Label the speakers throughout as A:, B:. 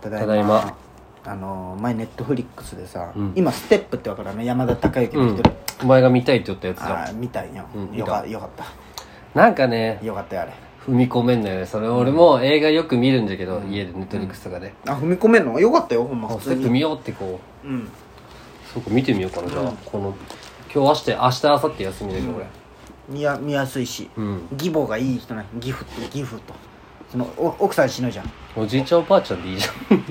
A: ただいま
B: ただいま
A: あの前ネットフリックスでさ、
B: うん
A: 今「ステップってわかるあの山田孝之の一人、
B: お前が見たいって言ったやつ
A: あ
B: だ
A: あ見たいよ、
B: うん
A: よか
B: 見
A: よかった
B: なんかね
A: よかったよあれ
B: 踏み込めんのよねそれ俺も映画よく見るんだけど、
A: うん
B: 家でネットリックスとかで、
A: あ踏み込めんのよかったよほんま
B: あ
A: 普
B: ステ
A: 通
B: ップ見
A: に
B: ようってこう
A: うん
B: そうか見てみようかなじゃあ、
A: うん
B: この今日明日明日明後日休みだけど俺
A: 見や見やすいし、
B: うん、
A: 義母がいい人な義父って義父とそのお奥さん死ぬじゃん
B: おじいちゃんおばあちゃんでいいじゃん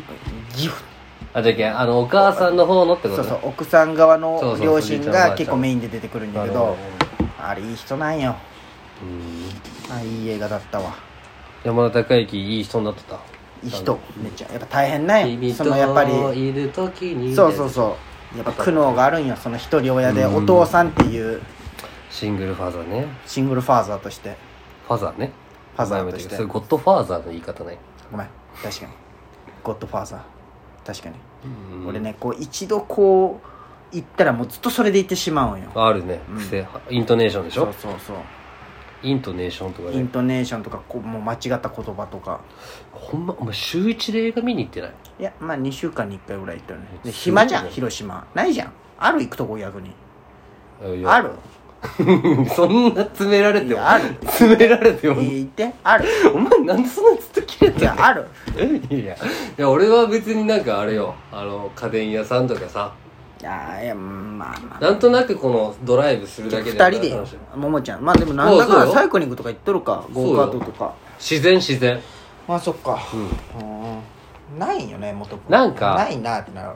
A: 義父
B: あじゃけんあのお母さんの方のってこ
A: そ
B: と
A: うそう奥さん側
B: そう
A: の
B: そう
A: 両親
B: おじいちゃんおばあちゃ
A: が
B: ん
A: 結構メインで出てくるんだ
B: な
A: け
B: る
A: ど
B: ほど
A: あれいい人なんよ
B: うん
A: あいい映画だったわ
B: 山田孝之いい人になってた
A: いい人めっちゃやっぱ大変なんよ
B: 君
A: そのやっぱり
B: といる時に
A: そうそうそうやっぱ苦悩があるんよその一人親で
B: うん
A: お父さんっていう
B: シングルファーザーね
A: シングルファーザーとして
B: ファザーね
A: ファザーとして
B: それゴッドファーザーの言い方ね
A: ごめん確かにゴッドファーザー確かに
B: うん
A: 俺ねこう一度こう行ったらもうずっとそれで行ってしまうんよ
B: あるね
A: うん
B: 癖、イントネーションでし
A: そう
B: ょ
A: そうそう
B: イントネーションとか
A: イン
B: ね
A: トネーションとかこうもう間違った言葉とか
B: ほんまお前週一で映画見に行ってない
A: いやまあ2週間に1回ぐらい行ったよねで
B: すごい
A: 暇
B: ね
A: じゃん広島ないじゃんある行くとこ逆に
B: い や
A: ある
B: そんな詰められ
A: い
B: ても
A: やある
B: 詰められても
A: 行ってある
B: お前なんでそんなずっと切れ
A: い
B: てん
A: や
B: の
A: ある
B: いやいやいや俺は別になんかあれよあの家電屋さんとかさ
A: いやいやうんまあまあ
B: なんとなくこのドライブするだけで
A: 2人でよももちゃんまあでもなんだ
B: あ
A: か
B: そうよ
A: サイクリングとか行っとるかゴーカートとか
B: 自然自然
A: まあそっか
B: うん
A: うんないよね元君
B: なんか
A: ないなってなる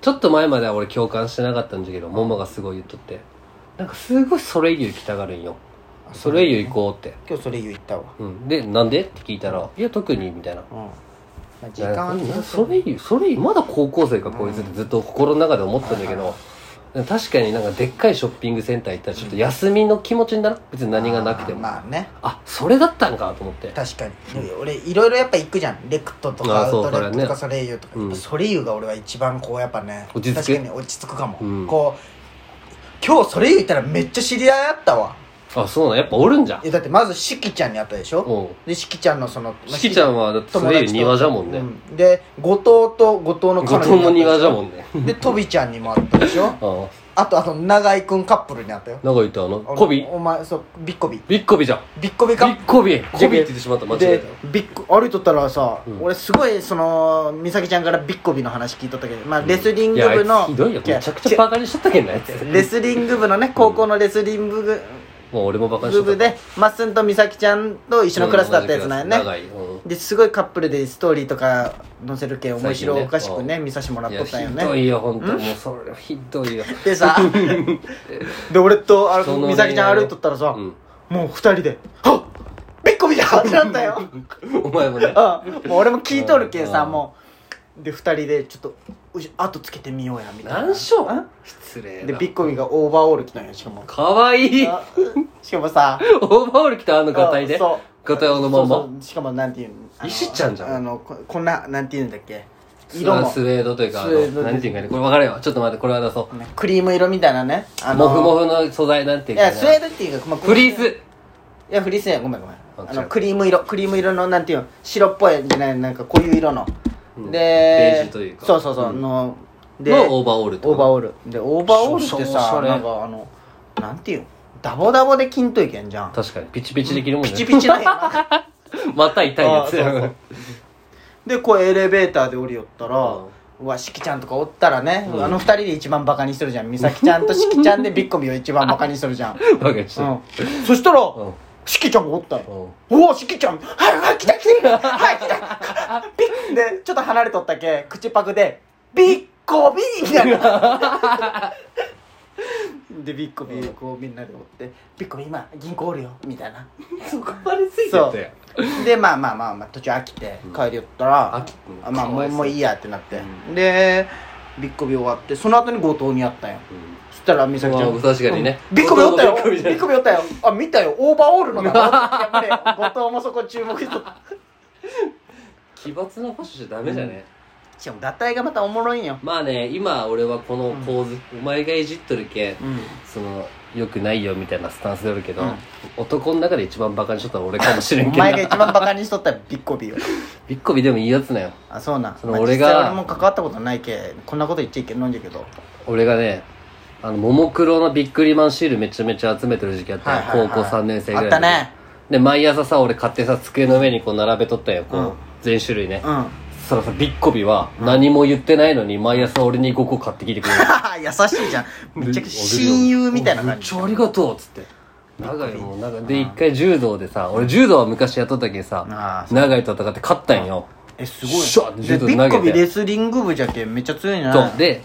B: ちょっと前までは俺共感してなかったんだけどママがすごい言っとってなんかすごいソレイユ行きたがるんよソレイユ行こうって、
A: 今日それ言う行ったわ
B: うん、でなんでって聞いたら「いや特に」みたいな
A: うんまあ時間
B: いやソレイユソレイユまだ高校生かこいつってずっと心の中で思ってたんだけど、確かになんかでっかいショッピングセンター行ったらちょっと休みの気持ちになる別に何がなくても
A: まあね
B: あそれだったんかと思って
A: 確かにで俺いろいろやっぱ行くじゃんレクトとか
B: あ
A: アウ
B: そう
A: トレットとか
B: そ
A: ソレイユとか、
B: うん
A: ソレイユが俺は一番こうやっぱね
B: 落ち着く
A: 確かに落ち着くかも、
B: うん
A: こう今日ソレイユ行ったらめっちゃ知り合いあったわ
B: あそうなんやっぱおるんじゃん
A: えだってまずしきちゃんに会ったでしょ、
B: うん
A: でしきちゃんのそのまあ
B: しきちゃんはだってソ
A: 友
B: レイ
A: 達
B: ユ
A: と
B: 庭じゃもんね、
A: うんで後藤と後藤の
B: 後
A: 彼
B: 藤も
A: 女に会
B: 庭
A: っ
B: じゃもんね
A: たでとびちゃんにも会ったでしょ
B: あ
A: あとあと永井くんカップルに会ったよ
B: あなんか言ったあの
A: あの
B: コビ
A: お前そうビッコビ
B: ビッコビじゃん
A: ビッコビ
B: ビ
A: カップ
B: ッコビコビって言ってしまった間違え
A: でビッコ歩いとったらさ、
B: うん
A: 俺すごいその美咲ちゃんからビッコビの話聞いとったけど、まあ、レスリ
B: た
A: ン
B: い
A: グ
B: やあ
A: 部
B: い
A: の
B: つひどいよ
A: 違う
B: めちゃくちゃバカにしちゃったけんなやつ
A: 違うレスリング部のね高校のレスリング部
B: もう俺もバカにしちゃ
A: 部
B: った
A: 部でまっすんと美咲ちゃんと一緒のクラスだったやつなんやね、
B: 長い、うん
A: ですごいカップルでストーリーとか載せるけん面白おかしく
B: 最近
A: ね
B: ね
A: 見させてもらっ
B: い
A: と
B: や
A: ったんよ
B: ひ
A: ね
B: どいよ本当もうそれひどいよ
A: でさで俺とあ
B: その
A: 美咲ちゃん歩いとったらさ、
B: うん
A: もう二人で「はっビッコビだ!」ってなったよ
B: お前もね
A: うんもう俺も聞いとるけさ
B: うん
A: もうで2人でちょっとうし後つけてみようやみたいな
B: 何章
A: ん
B: 失礼
A: で
B: な
A: ビッコミがオーバーオール着たんよしかも
B: かわいい
A: あしかもさ
B: オーバーオール着たあのガタイ
A: あ
B: で
A: そう
B: ガタイのまん
A: そう
B: ま
A: そうしかもなんていうのあの
B: 石ちゃんじゃん
A: あのここんななんていうんだっけ
B: ス
A: 色
B: ワ
A: も
B: スウェードというかあ
A: スウ
B: の
A: ェードで
B: なんていうかねこれ分かるよちょっと待ってこれは出そう
A: クリーム色みたいなねあ
B: モフモ
A: フ
B: フの素材なんてい
A: いう
B: か
A: や
B: ね
A: スウェードっていうか、まあ、
B: フリーズ
A: いやフリースやごめんごめん
B: あ
A: あ
B: 違
A: の
B: う
A: クリーム色クリーム色のなんていうの白っぽいじゃないなんかこういう色の、
B: うん
A: で
B: ベージュというか
A: そうそうそう、
B: うん
A: ので
B: のオーバーオールって
A: オーバー
B: ー
A: オールでオーバーオールって
B: そうそう
A: さ
B: それ
A: なんかあのなんていうのダボダボで筋といけんじゃん
B: 確かにピチピチできるもん
A: ピ
B: ね
A: チピチなんや
B: また痛いやつ
A: あそうそうでこうエレベーターで降りよったら、
B: うん
A: うわしきちゃんとかおったらね、
B: うん
A: あの二人で一番バカにしとるじゃん美咲ちゃんとしきちゃんでビッコビを一番バカにしとるじゃん、う
B: バカにしてる
A: ん、そしたら、
B: うん
A: しきちゃんがおったよ、
B: うん
A: おおしきちゃんはいはい来た来たはい来たピッでちょっと離れとったけ口パクでビッコビーみたいなでビッコビーこうみんなで追ってビッコビー今銀行おるよみたいな
B: そこまでついて
A: そう
B: たよ
A: でまあまあまあ、まあ、途中飽きて帰りよったら、
B: 飽き
A: あまあもうもういい
B: や
A: やってなって、でビッコビー終わってその後に強盗にあったんよそしたら美咲ちゃ
B: ま
A: ん
B: あ確かにね
A: うんビッコビおったよ
B: 後藤の
A: ビ
B: ビッコビじゃない
A: ッコビおったよあ見たよオーバーオールの中やっぱり後藤もそこ注目しとった
B: 奇抜なファッションじゃダメじゃね
A: しかも脱退がまたおもろいんよ
B: まあね今俺はこの構図お前がいじっとるけ
A: うん
B: その良くないよみたいなスタンスでおるけど、
A: うん
B: 男の中で一番バカにしとったら俺かもしれん
A: お
B: けど
A: 前
B: な
A: が一番バカにしとったビッコビーよ
B: びっこびでもいいやつなんよ
A: あそうなん
B: その俺が
A: まあ実際俺も関わったことないけこんなこと言っちゃいけんのんじゃけど
B: 俺がねあのももクロのビックリマンシールめちゃめちゃ集めてる時期あったよ、
A: はいはいはい
B: 高校3年生ぐらい
A: あっ
B: の
A: た
B: 時
A: ね
B: で毎朝さ俺買ってさ机の上にこう並べとったよこう、
A: うん
B: 全種類ね、
A: うん
B: そしたらさビッコビは何も言ってないのに毎朝俺に5個買ってきてくれる
A: 優しいじゃんめっちゃくちゃ親友みたいな感じ
B: めっちゃありがとうっつって長井も長井で一回柔道でさ俺柔道は昔やっとったけん
A: あ
B: さ
A: あそう
B: 長井と戦って勝ったんよ
A: えす
B: シ
A: ご
B: ャ
A: い
B: ッ
A: で
B: 柔道投
A: ビ
B: げて
A: ッコビレスリング部じゃけんめっちゃ強いな
B: そうで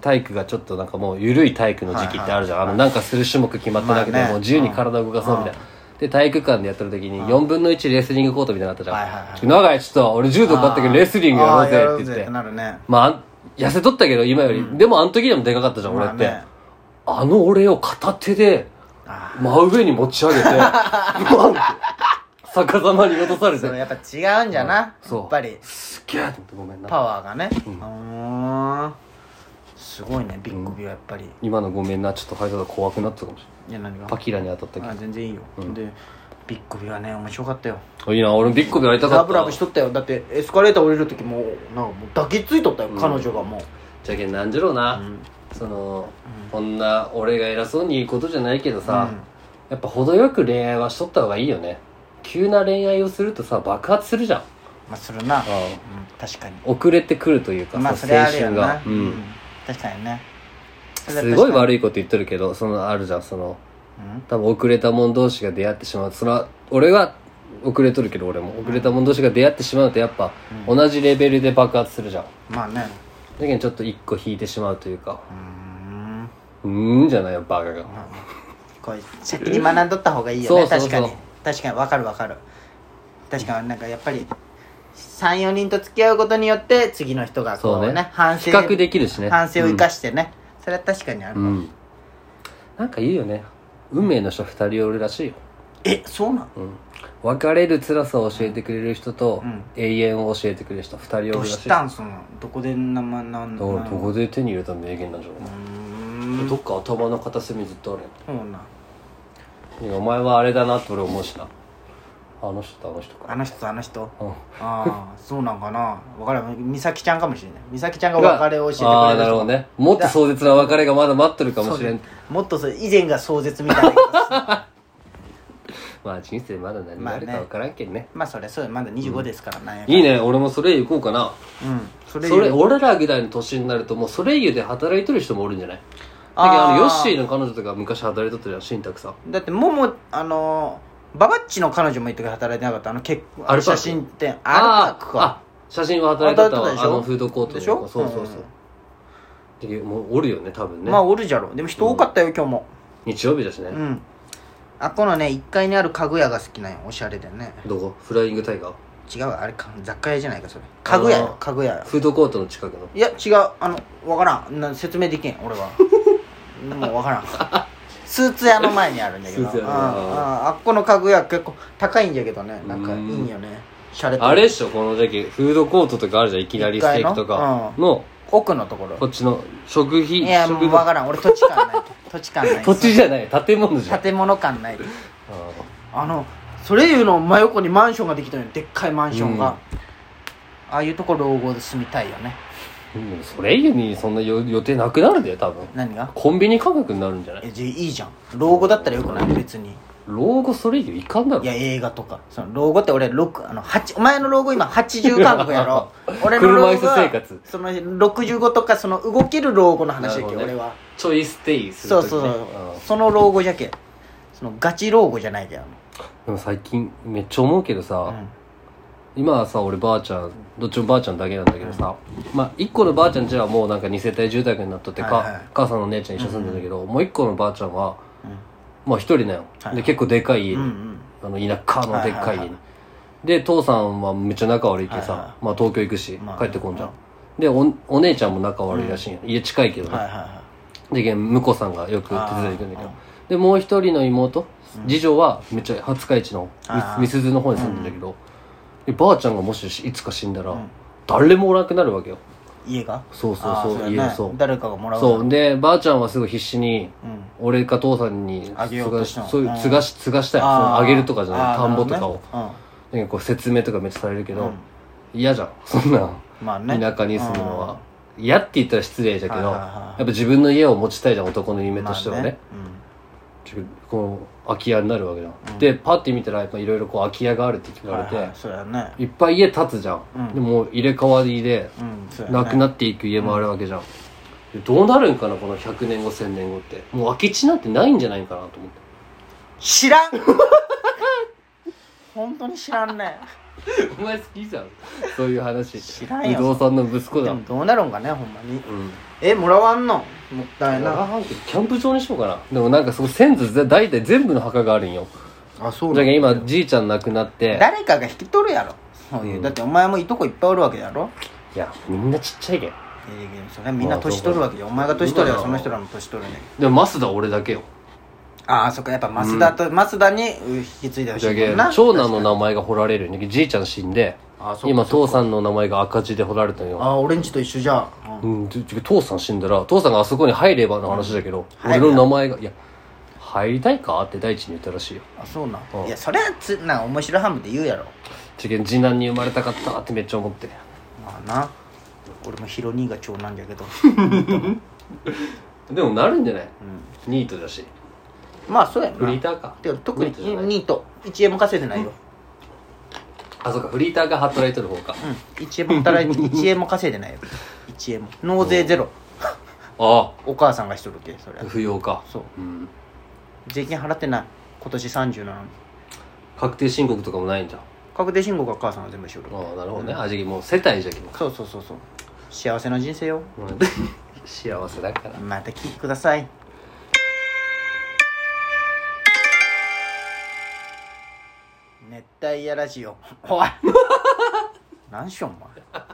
B: 体育がちょっとなんかもう緩い体育の時期ってあるじゃん、あのなんかする種目決まってなくて、
A: まあね
B: もう自由に体を動かそうみたいな、で体育館でやってる時に4分の1レスリングコートみたいなのあったじゃん、
A: はいはいはい
B: ちょ長井ちょっと俺柔道勝ったけどレスリングやろうぜって言
A: あ
B: って
A: ーやろうなるね
B: まああん痩せとったけど今より、でもあの時でもでかかったじゃん俺って、
A: まあね
B: あの俺を片手で
A: あ
B: 真上に持ち上げてバンって逆さまに落とされ
A: それ
B: て
A: やっぱ違うんじゃな
B: そう
A: やっぱり
B: すげえと思ってごめんな
A: パワーがねうんんすごいねビッコビはやっぱり
B: 今のごめんなちょっと入ったら怖くなってたかもしれ
A: いや何が
B: ないパキラに当たった
A: あ
B: け
A: 全然いいよでビッコビはね面白かったよ
B: どいいな俺ビッコビやりたか
A: ラ
B: っ
A: ブラ
B: た
A: ブしとったよだってエスカレーター降りる時もなんかもう抱きついとったよ彼女がもう
B: じゃけんなんじゃろうな、その、こんな俺が偉そうに言うことじゃないけどさ、
A: うん
B: やっぱ程よく恋愛はしとった方がいいよね急な恋愛をするとさ爆発するじゃん、
A: まあするなうん確かに
B: 遅れてくるというかさ、
A: まあそれ
B: 青
A: あるよ
B: 春が
A: な、
B: う
A: うんん確かにね
B: すごい悪
A: い
B: いこと言ってるけどそのあるじゃんその多分遅れた者同士が出会ってしまうそれは俺は遅れとるけど俺も遅れた者同士が出会ってしまうとやっぱ同じレベルで爆発するじゃんだ
A: まあね
B: けどちょっと一個引いてしまうというか
A: うーん
B: うーんじゃないよバカが
A: こう先に学んどった方がいいよ
B: そう
A: ね
B: そうそう
A: 確かに確かにわかるわかる確かになんかやっぱり34人と付き合うことによって次の人がこ
B: そうう
A: ね
B: ね
A: 反
B: 比
A: 省
B: 較できるしね
A: 反省を生かしてね、それは確かにある、
B: うん、うんなんか言うよね運命の人二人おるらしいよ、
A: えそうなの
B: うん、別れる辛さを教えてくれる人と、
A: うん
B: 永遠を教えてくれる人二人おる
A: ど
B: ら
A: う
B: しい
A: したんそのどこで名前なん
B: だからどこで手に入れた名言なんじゃろ
A: う
B: う
A: ーん
B: どっか頭の片隅にずっとある
A: そうなん
B: やんいやお前はあれだなって俺思うしなあの人とあの人
A: あ
B: か
A: の人とあの人
B: うん
A: ああそうなんかな分からん美咲ちゃんかもしれない美咲ちゃんが別れを教えてくれる
B: ああなるほどねもっと壮絶な別れがまだ待ってるかもしれん
A: もっとそれ以前が壮絶みたいな こと
B: まあ人生まだ何がある
A: ま
B: か
A: あね
B: 分からんけんね,、
A: まあそれそうまだ25ですからね、
B: いいね俺もソレイユ行こうかな
A: うんそ
B: そ
A: れ
B: れ
A: より
B: 俺らぐらいの年になるともうソレイユで働いとる人もおるんじゃないだけど
A: あー
B: あのヨッシーの彼女とか昔働いとったじゃん新宅さん
A: だってももあのーババッチの彼女も一時働いてなかったあの結婚
B: アルパー
A: 写
B: ク
A: 真展アルパーク
B: あ
A: か
B: ーあ写真は働いとったわ
A: 働いとったでし
B: あ
A: ょ
B: のフードコートの
A: でしょ
B: そうそうそう、だけどもうおるよね多分ね、
A: まあおるじゃろでも人多かったよ、今日も
B: 日曜日だしね、
A: うんあっこのね1階にある家具屋が好きなんよおしゃれでね
B: どこフライングタイガー
A: 違うあれか雑貨屋じゃないかそれ家具屋
B: あの
A: よ家具屋よ
B: フードコートの近くの
A: いや違うあの分からんな説明できん 俺はもう分からんスーツ屋の前にあるんだけど
B: スーツ屋
A: う
B: の
A: んうん
B: 前
A: あっこの家具屋結構高いんだけどねなんか
B: う
A: いい
B: ん
A: んよねシャレてる
B: あれっしょこの時期フードコートとかあるじゃんいきなりステーキとか
A: 一階
B: の
A: 奥のところ
B: こっちの食費
A: いやもう分
B: 食の
A: からん俺土地感ない土地感ない
B: 土地じゃない建物じゃん
A: 建物感ないあのそれいうの真横にマンションができたのよでっかいマンションが、
B: うん
A: ああいうとこ老後で住みたいよね
B: うんでもそれ以外にそんな予予定なくなるんだよ多分
A: 何が
B: コンビニ価格になるんじゃない
A: えじゃあいいじゃん老後だったらよくない別に
B: 老後それ以上いかんだろ
A: いや映画とかその老後って俺6あの8お前の老後今80韓国やろ 俺の老後
B: 車
A: は
B: 椅子生活
A: その65とかその動ける老後の話だっけ、
B: なるほどね
A: 俺は
B: ちょいステイす
A: そ
B: る
A: う
B: 時、ね、
A: そうそう
B: うん
A: その老後じゃけそのガチ老後じゃないけど
B: でも最近めっちゃ思うけど
A: う
B: さ、
A: ん
B: 今はさ俺ばあちゃんどっちもばあちゃんだけなんだけどさ、まあ一個のばあちゃんちはもうなんか二世帯住宅になっとってか、
A: はいはい
B: 母さんの姉ちゃん一緒に住んでんだけど、もう一個のばあちゃんは
A: うん
B: まあ一人なんよ、
A: はいは
B: で
A: い
B: 結構でかい家、
A: うんうん
B: あの田舎のでっか
A: はい
B: い家に、
A: はいはい
B: で父さんはめっちゃ仲悪いけどさ、
A: はいは
B: まあ東京行くし、
A: まあ
B: 帰ってこんじゃん、
A: ま
B: でおお姉ちゃんも仲悪いらしいんよ、家近いけどね、
A: はいはいは
B: で現婿さんがよく手伝いに行くんだけど
A: あ
B: でもう一人の妹次女はめっちゃ廿日市の
A: あー
B: みみすずの方に住んでんだけど、でばあちゃんがもしいつか死んだら、
A: うん
B: 誰もおらんくなるわけよ
A: い家が
B: そうそうそう
A: あーだよ
B: 家がそう
A: 誰かがもらう
B: そう
A: で、
B: でばあちゃんはすごい必死に
A: うん、
B: 俺か父さんに
A: あげようとしても
B: そういう継がし継がしたいそのあげるとかじゃない田んぼとかを、
A: あ
B: なんかこう説明とかめっちゃされるけ
A: ー
B: ど、
A: なるほどね
B: 嫌じゃん そんなん
A: うんまあね
B: 田舎に住むのは、嫌って言ったら失礼だけど、
A: はいはいはい
B: やっぱ自分の家を持ちたいじゃん男の
A: う
B: 夢
A: ん
B: としてはね,、
A: まあね
B: ちょこう空き家になるわけじゃん、
A: うん
B: でパッて見たらやっぱいろいろこう空き家があるって聞
A: うん
B: かれて、
A: はいはいそうやね
B: いっぱい家建つじゃん、
A: うん
B: でも入れ替わりで
A: うんそうやね
B: なくなっていく家もあるわけじゃん、でどうなるんかなこの100年後1000年後ってもう空き地なんてないんじゃないかなと思って
A: 知らん 本当に知らんね
B: お前好きじゃんそういう話
A: 知らんよ
B: 不動産の息子
A: で
B: だう
A: もどうなるんかねほんまに
B: ん
A: えもらわんのもったいな
B: 長浜家キャンプ場にしようかなでもなんかその先祖ぜ大体全部の墓があるんよ
A: あそ
B: じゃけん今じいちゃん亡くなって
A: 誰かが引き取るやろそういう、
B: うん
A: だってお前もいとこいっぱいおるわけだろ
B: いやみんなちっちゃいけん
A: ええそれみんな年取るわけじゃんお前が年取ればその人らも年取るね
B: でも増田俺だけよ
A: ああそっかやっぱ増田と、増田にう引き継いでほし
B: じゃ
A: いも
B: け
A: ん
B: ん
A: な
B: 長男の名前が彫られるんやけんじいちゃん死んで
A: あそっか
B: 今
A: そっ
B: 父
A: か
B: さんの名前が赤字で彫られたんよ
A: ああ俺んちと一緒じゃん、うん
B: うん、ててか父さん死んだら父さんがあそこに入ればの話だけど、
A: うん
B: 俺の名前が「いや入りたいか?」って大地に言ったらしいよ
A: あそうなん
B: うん
A: いやそれはつなんか面白半分で言うやろ
B: ちげん次男に生まれたかったってめっちゃ思って
A: まあな俺もヒロ兄が長男じゃけど、
B: でもなるんじゃない
A: うん、
B: ニートだし
A: まあそうやん
B: フ
A: な
B: リーターか
A: でも特に
B: ニートじゃない
A: ニート1円も稼いでないよ、
B: あそうかフリーターが働いてる方か
A: うん、1円も働 いて1円も稼いでないよ1円も納税ゼロ
B: あ
A: お母さんがしとるけそりゃ
B: あ不要か
A: そう
B: うん
A: 税金払ってない今年30なのに
B: 確定申告とかもないんじゃんあ
A: 確定申告は母さんが全部しとる
B: あなるほどねあじゃあもう世帯じゃけど
A: そうそうそうそう幸せな人生よ
B: うん 幸せだから
A: また聞いてください 熱帯夜ラジオおい何しよんお前